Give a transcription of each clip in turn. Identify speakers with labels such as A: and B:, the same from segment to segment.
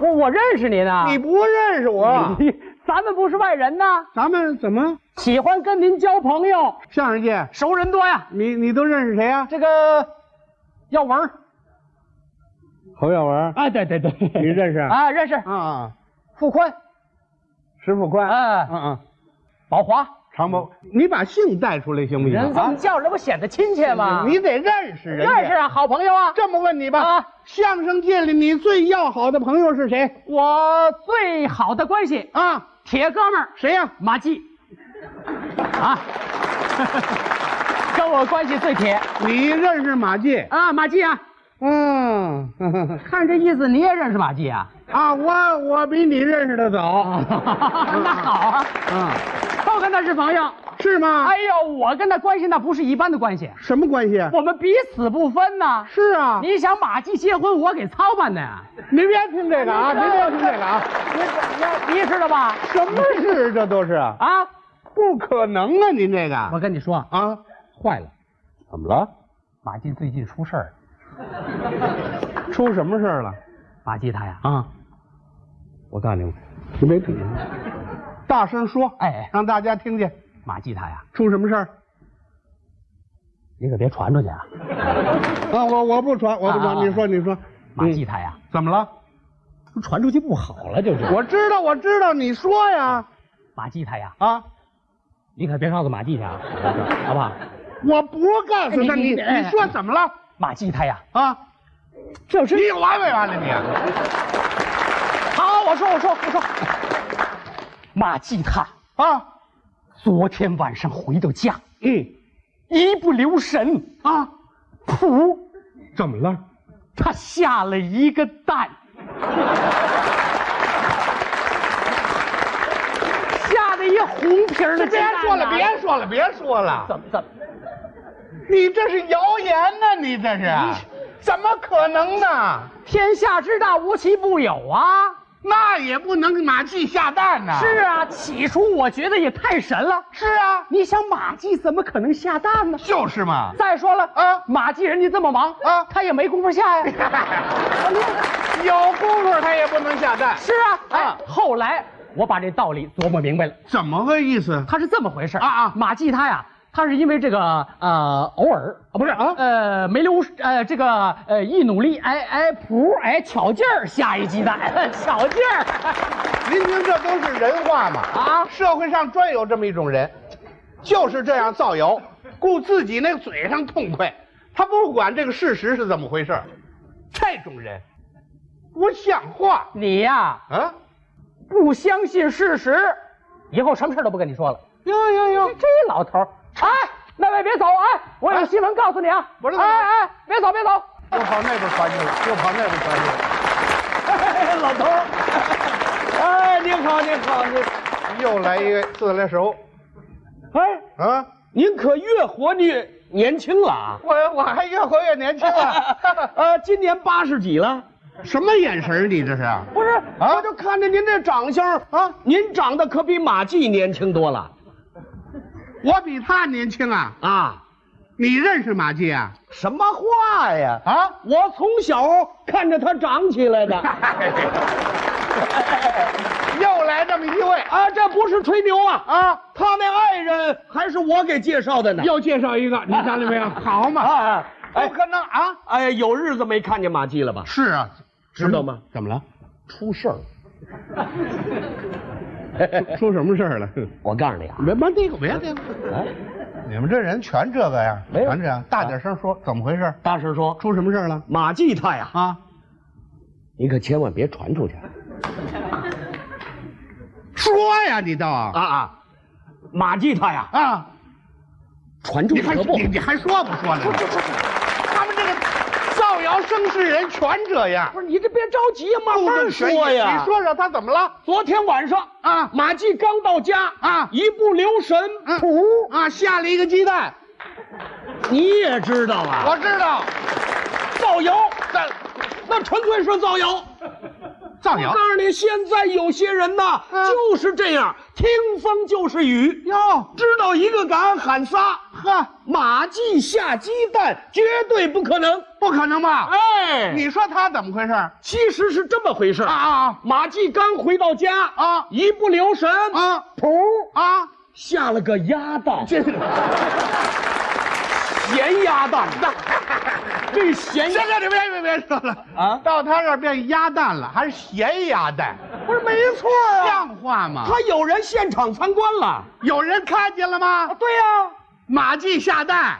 A: 我我认识您啊，嗯
B: 你不认识我，
A: 你 咱们不是外人呐，
B: 咱们怎么
A: 喜欢跟您交朋友，
B: 相声界？
A: 熟人多呀。
B: 你你都认识谁啊呀、
A: 这个耀文儿，
B: 侯耀文，
A: 哎，对对对，
B: 你认识？
A: 啊，认识
B: 啊，
A: 傅宽，
B: 石富宽，
A: 哎
B: 嗯，嗯，
A: 宝华，
B: 常谋，你把姓带出来行不行？啊
A: 人这么叫，这不显得亲切吗？
B: 嗯你得认识人家。
A: 认识啊，好朋友啊。
B: 这么问你吧，
A: 啊
B: 相声界里你最要好的朋友是谁
A: 我最好的关系，
B: 啊？
A: 铁哥们儿
B: 谁呀、
A: 马季，啊， 跟我关系最铁
B: 你认识马季？
A: 啊，马季啊，
B: 嗯，
A: 看这意思你也认识马季啊？
B: 啊，我我比你认识的早。
A: 那好啊，
B: 啊，
A: 都跟他是朋友。
B: 是吗？
A: 哎呦，我跟他关系那不是一般的关系，
B: 什么关系？啊
A: 我们彼此不分呐、
B: 是啊，
A: 你想马季结婚，我给操办的呀？
B: 您别听这个啊，
A: 您
B: 您
A: 这
B: 别听这个啊，
A: 你知道吧？
B: 什么事这都是啊，
A: 啊，
B: 不可能啊，您这个
A: 我跟你说，
B: 啊，
A: 坏了，
B: 怎么了？
A: 马季最近出事儿了。
B: 出什么事儿了？
A: 马季他呀，
B: 啊，我告诉你，你别听，大声说，
A: 哎，
B: 让大家听见，
A: 马季他呀，
B: 出什么事儿？
A: 你可别传出去啊！
B: 啊，我我不传，我不
A: 啊啊啊
B: 传，你说你说，
A: 马
B: 嗯
A: 季他呀，
B: 怎么了？
A: 传出去不好了，就是
B: 我知道，我知道，你说呀，
A: 马季他呀，
B: 啊，
A: 你可别告诉马季去 啊，好不好？
B: 我不告诉他，
A: 哎你
B: 你
A: 你哎
B: 你说怎么了？
A: 马季他呀，
B: 啊，
A: 这
B: 你有完没完了你？
A: 好，我说我说我说，马季他
B: 啊，
A: 昨天晚上回到家，
B: 嗯，
A: 一不留神，
B: 啊，
A: 噗，
B: 怎么了？
A: 他下了一个蛋，下了一红皮儿的鸡
B: 别
A: 蛋啊
B: 说了，别说了，别说了，
A: 怎么怎么，
B: 你这是谣言呢、你这是，啊怎么可能呢？
A: 天下之大无奇不有啊！
B: 那也不能马季下蛋呢、
A: 是啊，起初我觉得也太神了。
B: 是啊，
A: 你想马季怎么可能下蛋呢？
B: 就是嘛。
A: 再说了
B: 啊
A: 马季人家这么忙
B: 啊
A: 他也没工夫下呀。
B: 有功夫他也不能下蛋，
A: 是啊，哎
B: 啊，
A: 后来我把这道理琢磨明白了，
B: 怎么个意思？
A: 他是这么回事
B: 啊啊
A: 马季他呀，他是因为这个呃偶尔啊不是
B: 啊
A: 呃没留呃这个呃一努力哎哎噗哎巧劲儿下一鸡蛋 巧劲儿，
B: 您听，这都是人话嘛？
A: 啊
B: 社会上专有这么一种人，就是这样造谣，顾自己那个嘴上痛快，他不管这个事实是怎么回事儿。这种人不像话
A: 你呀、
B: 啊！
A: 不相信事实，以后什么事都不跟你说了。
B: 哟哟哟，
A: 这老头儿，哎，那位别走啊！我有新闻告诉你啊！
B: 不是
A: 哎哎，别走别走！
B: 又跑那边传去了，又跑那边传去了。
A: 老头
B: 哎，您好，您好，您又来一个自来熟
A: 哎，
B: 啊！
A: 您可越活越年轻了啊！
B: 我我还越活越年轻了。
A: 呃，今年八十几了。
B: 什么眼神儿你这是？
A: 不是，
B: 啊
A: 我就看着您这长相啊
B: 啊，
A: 您长得可比马季年轻多了
B: 我比他年轻啊！
A: 啊！
B: 你认识马季啊？
A: 什么话呀？
B: 啊？
A: 我从小看着他长起来的
B: 又来这么一位
A: 啊，这不是吹牛啊！
B: 啊！
A: 他那爱人还是我给介绍的呢。
B: 又介绍一个，你瞧见 没有？好嘛，
A: 啊，
B: 不可能啊！
A: 哎，有日子没看见马季了吧？
B: 是啊，
A: 知道吗？
B: 怎么了？
A: 出事儿。
B: 出什么事儿了？
A: 我告诉你啊，
B: 别别这个，别这个！
A: 哎，
B: 你们这人全这个样，
A: 没有啊
B: 全这样，大点声说，怎么回事？
A: 大声说，
B: 出什么事儿了？
A: 马季他呀，
B: 啊？
A: 你可千万别传出去
B: 说呀，你倒啊
A: 啊啊！马季他呀，
B: 啊！
A: 传出
B: 你
A: 去
B: 还
A: 可不好
B: 你你还说不说呢？他们这个造谣生事人全这样，
A: 不是你这别着急呀，慢
B: 注
A: 慢
B: 重
A: 说
B: 学习
A: 呀。
B: 你说说他怎么了？
A: 昨天晚上
B: 啊
A: 马季刚到家
B: 啊
A: 一不留神，
B: 嗯
A: 噗，
B: 啊，下了一个鸡蛋，
A: 你也知道啊，
B: 我知道。
A: 造谣，
B: 但
A: 那纯粹是造谣。
B: 造
C: 我
B: 谣
C: 告诉你，现在有些人呐，
B: 嗯
C: 就是这样，听风就是雨
B: 哟
C: 知道一个敢喊仨，
B: 呵，
C: 马季下鸡蛋绝对不可能。
B: 不可能吧？
C: 哎，
B: 你说他怎么回事？啊
C: 其实是这么回事啊。
B: 啊
C: 马季刚回到家
B: 啊
C: 一不留神
B: 啊
C: 噗
B: 啊！
C: 下了个鸭蛋，
B: 这
C: 咸鸭蛋。 这咸鸭
B: 现在你别别别说了
C: 啊
B: 到他这儿变鸭蛋了，还是咸鸭蛋，
C: 不是没错啊，
B: 像话吗？
C: 他有人现场参观了。
B: 有人看见了吗？
C: 啊对呀、啊，
B: 马季下蛋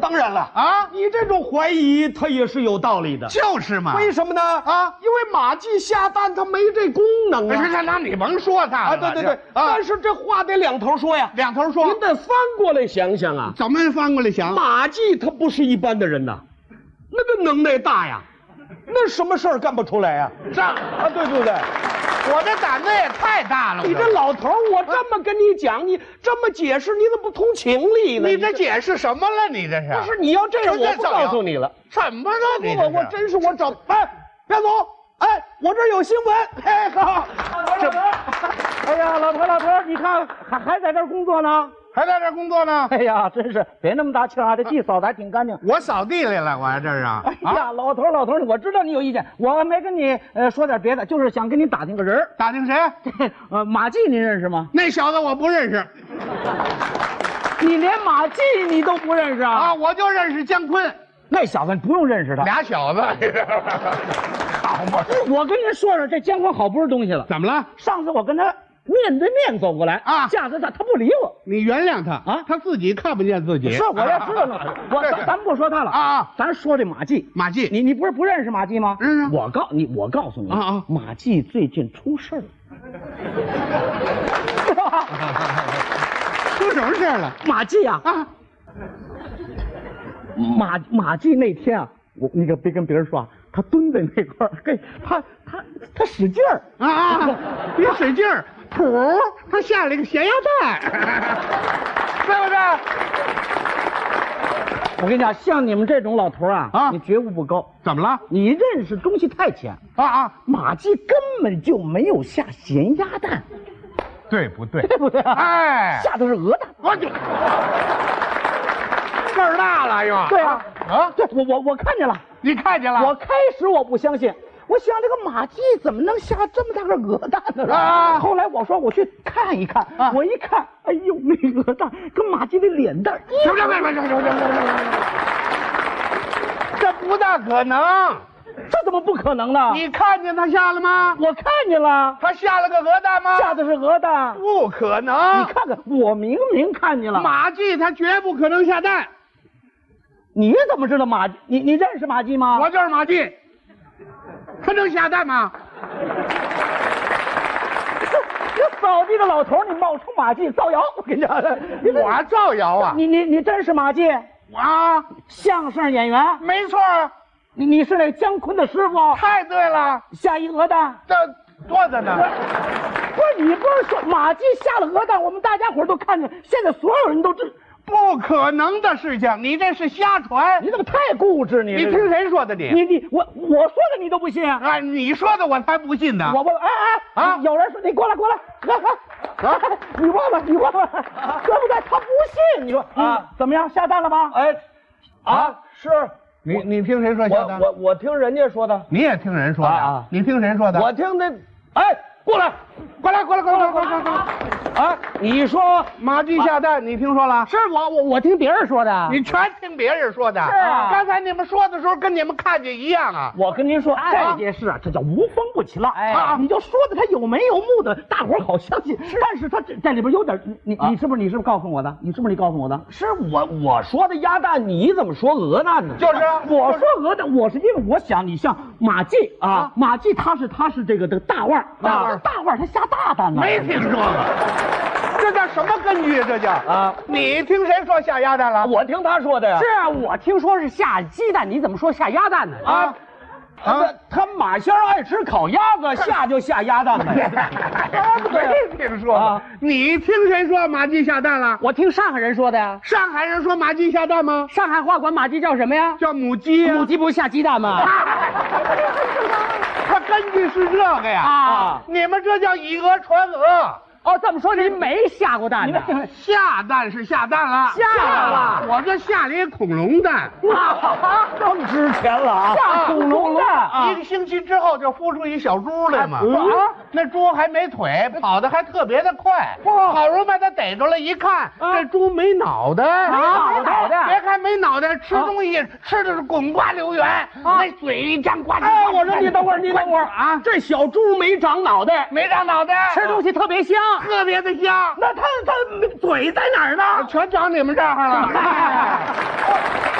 C: 当然了啊，
B: 啊，
C: 你这种怀疑他也是有道理的。
B: 就是嘛。
C: 为什么呢？
B: 啊
C: 因为马季下蛋它没这功能
B: 不是，
C: 啊。
B: 那那你甭说他
C: 啊，
B: 了
C: 对对对，
B: 这啊
C: 但，是这话得两头说呀，
B: 两头说，
C: 您得翻过来想想啊。
B: 怎么翻过来想？
C: 马季他不是一般的人呐，那个能耐大呀，那什么事儿干不出来呀、
B: 这
C: 啊？对不对？
B: 我这胆子也太大了，
C: 你这
B: 我
C: 老头儿，我这么跟你讲，你这么解释，你怎么不通情理呢？
B: 你这解释什么了？你这是
C: 不是你要这样，
B: 纯
C: 我
B: 粹
C: 不
B: 造谣
C: 告诉你了。
B: 什么呢？
C: 哎不
B: 你
C: 不，我
B: 这是
C: 真是我找哎，别走，哎，我这儿有新闻。哎，好，
A: 老头儿，哎呀，老头儿老头儿，你看还还在这儿工作呢。
B: 还在这儿工作呢？
A: 哎呀，真是别那么大气儿啊！这地扫的还挺干净。
B: 我扫地来了，我还这是 啊
A: 哎呀，老头儿老头儿，我知道你有意见，我没跟你呃说点别的，就是想跟你打听个人 儿。
B: 打听谁？
A: 呃，马季您认识吗？
B: 那小子我不认识
A: 你连马季你都不认识啊？
B: 啊，我就认识姜昆，
A: 那小子你不用认识他。
B: 俩小子， 好嘛？
A: 我跟您说说，这姜昆好不是东西了。
B: 怎么了？
A: 上次我跟他面对面走过来
B: 啊
A: 架子他他不理我。
B: 你原谅他
A: 啊
B: 他自己看不见自己。
A: 是，我要 知道那，我咱咱不说他了
B: 啊啊
A: 咱说这马季。
B: 马季，
A: 你你不是不认识啊马季吗？
B: 认识
A: 我告你，我告诉你
B: 啊啊
A: 马季最近出事儿了。
B: 出什么事儿了？
A: 马季啊，
B: 啊，嗯
A: 马马季那天啊，我你可别跟别人说啊，他蹲在那块儿， 嘿，他他他使劲儿，
B: 啊啊！别使劲儿，噗，他下了一个咸鸭蛋，对不对？
A: 我跟你讲，像你们这种老头儿啊，
B: 啊
A: 你觉悟不高，
B: 怎么了？
A: 你认识东西太浅。
B: 啊啊，
A: 马季根本就没有下咸鸭蛋，
B: 对不对？
A: 对不对？
B: 哎
A: 下的是鹅蛋。
B: 我就事儿大了又。
A: 对啊，
B: 啊，
A: 对我我我看见了。
B: 你看见了？
A: 我开始我不相信，我想这个马季怎么能下这么大个鹅蛋呢？
B: 啊
A: 后来我说我去看一看，
B: 啊
A: 我一看，哎呦，那鹅蛋跟马季的脸蛋儿一
B: 行行行行行行行行这不大可能。
A: 这怎么不可能呢？
B: 你看见他下了吗？
A: 我看见了，
B: 他下了个鹅蛋吗？
A: 下的是鹅蛋。
B: 不可能。
A: 你看看，我明明看见了。
B: 马季他绝不可能下蛋。
A: 你怎么知道马？你 你认识马季吗？
B: 我就是马季，他能下蛋吗？
A: 这扫地的老头儿，你冒充马季造谣，我跟你讲，你这
B: 我造谣啊！
A: 你你你真是马季，
B: 啊，
A: 相声演员，
B: 没错，
A: 你你是那姜昆的师傅，
B: 太对了，
A: 下一鹅蛋。
B: 这多着呢
A: 不。是你不是说马季下了鹅蛋，我们大家伙儿都看见，现在所有人都知，
B: 不可能的事情，你这是瞎传
A: 你。怎么太固执你？
B: 你听谁说的你？
A: 你你我我说的你都不信，
B: 啊，你说的我才不信呢。
A: 我问哎哎
B: 啊
A: 有人说你过来过来，来来。
B: 啊
A: 你问问，你问问，对不对？他不信，你说啊
C: 啊，
A: 怎么样？下蛋了吗？
C: 哎，啊，是
B: 你你听谁说
C: 我
B: 下蛋？
C: 我我听人家说的，
B: 你也听人说的？
C: 啊啊
B: 你听谁说的？
C: 我听的，哎，过来，
B: 过来过来过来过来过来过来！
C: 啊，你说
B: 马季下蛋，你听说了？
A: 是我我我听别人说的。
C: 啊
B: 你全听别人说的。是
A: 啊
B: 刚才你们说的时候跟你们看见一样啊。
A: 我跟您说，
C: 哎
B: 啊
A: 这件事啊，这叫无风不起浪。
B: 啊
A: 哎，你就说的他有眉有目的，大伙儿好相信。但是他这这里边有点，你你你是不是你是不是告诉我的？你是不是你告诉我的？
C: 啊是我我说的鸭蛋，你怎么说鹅蛋呢？
B: 就是啊
A: 我说鹅蛋，我是因为我想你像马季啊，马季他是他是这个的大腕儿，
B: 大腕儿
A: 啊大腕儿他下大蛋呢。
C: 啊
B: 没听 说过，这叫什么根据？这叫啊
C: 啊！
B: 你听谁说下鸭蛋了？
C: 我听他说的呀。
A: 是啊，我听说是下鸡蛋，你怎么说下鸭蛋呢？
C: 啊
B: 啊
C: 他他马仙儿爱吃烤鸭子，下就下鸭蛋
B: 啊
C: 呗。
B: 没听说过
C: 啊。
B: 你听谁说马季下蛋了？
A: 我听上海人说的呀，
B: 上海人说马季下蛋吗？
A: 上海
B: 啊
A: 话管马季叫什么呀？
B: 叫母鸡呀。
C: 啊
A: 母鸡不是下鸡蛋吗？
B: 他根据是这个呀？
A: 啊
B: 你们这叫以讹传讹，
A: 哦，这么说您没下过蛋呢？
B: 下蛋是下蛋了，
A: 下了
B: 我这下了一恐龙蛋，
A: 哇，
C: 啊更值钱了啊！
A: 下恐龙蛋
B: 一个星期之后就孵出一小猪来嘛。啊
A: 嗯
B: 那猪还没腿，跑得还特别的快。好容易把它逮着了，一看
C: 啊
B: 这猪没脑袋，
A: 没脑袋
B: 别看没脑
C: 啊
B: 袋，吃东西吃的是滚瓜流圆，那嘴一张呱唧呱唧。
C: 哎，我说你等会儿，你等会儿
B: 啊
C: 这小猪没长脑袋，
B: 没长脑袋，
A: 吃东
B: 西
A: 西特别 香。
B: 特别的香，
C: 那它它嘴在哪儿呢？
B: 全长你们这儿了。